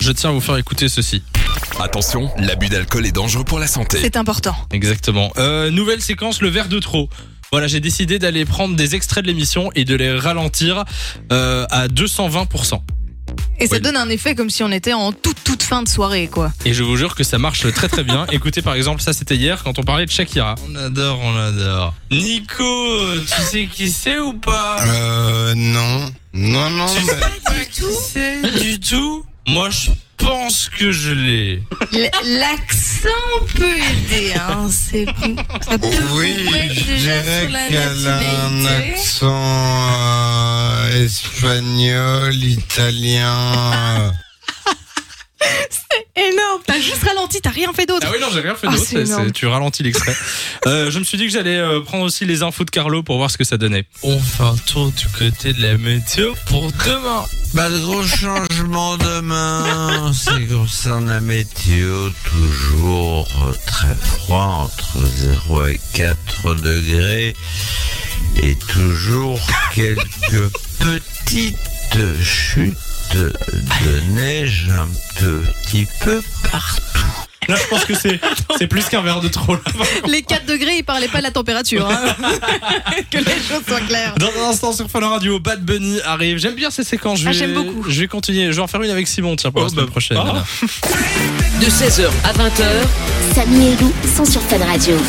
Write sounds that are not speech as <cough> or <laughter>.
je tiens à vous faire écouter ceci. Attention, l'abus d'alcool est dangereux pour la santé. C'est important. Exactement. Euh, nouvelle séquence, le verre de trop. Voilà, j'ai décidé d'aller prendre des extraits de l'émission et de les ralentir euh, à 220%. Et ça Oui. donne un effet comme si on était en toute toute fin de soirée, quoi. Et je vous jure que ça marche très très <laughs> bien. Écoutez par exemple, ça c'était hier quand on parlait de Shakira. On adore, on adore. Nico, tu sais qui c'est ou pas Euh, non. Non, non. mais- C'est du tout Moi je pense que je l'ai. L- L'accent peut aider, hein. C'est ça peut vous Oui, mettre je déjà dirais sur la qu'elle a un nationalité. accent euh, espagnol, italien. Énorme. T'as juste ralenti, t'as rien fait d'autre. Ah oui, non, j'ai rien fait Ah, d'autre. c'est c'est- énorme. tu ralentis l'extrait. Euh, je me suis dit que j'allais euh, prendre aussi les infos de Carlo pour voir ce que ça donnait. On fait un tour du côté de la météo pour demain. Pas de Bah, gros changement demain. C'est concerne la météo, toujours très froid, entre 0 et 4 degrés. Et toujours quelques petites chutes de neige un petit peu partout. Là, je pense que <laughs> c'est c'est plus qu'un verre de trop. là. Les 4 degrés, il parlait pas de la température. <laughs> hein. que les choses soient claires. Dans un instant sur Fun Radio, Bad Bunny arrive. J'aime bien ces séquences. Je Ah, vais- j'aime beaucoup. Je vais continuer. Je vais en faire une avec Simon, tiens, pour la semaine prochaine. De 16h à 20h, Samy et Lou sont sur Fun Radio.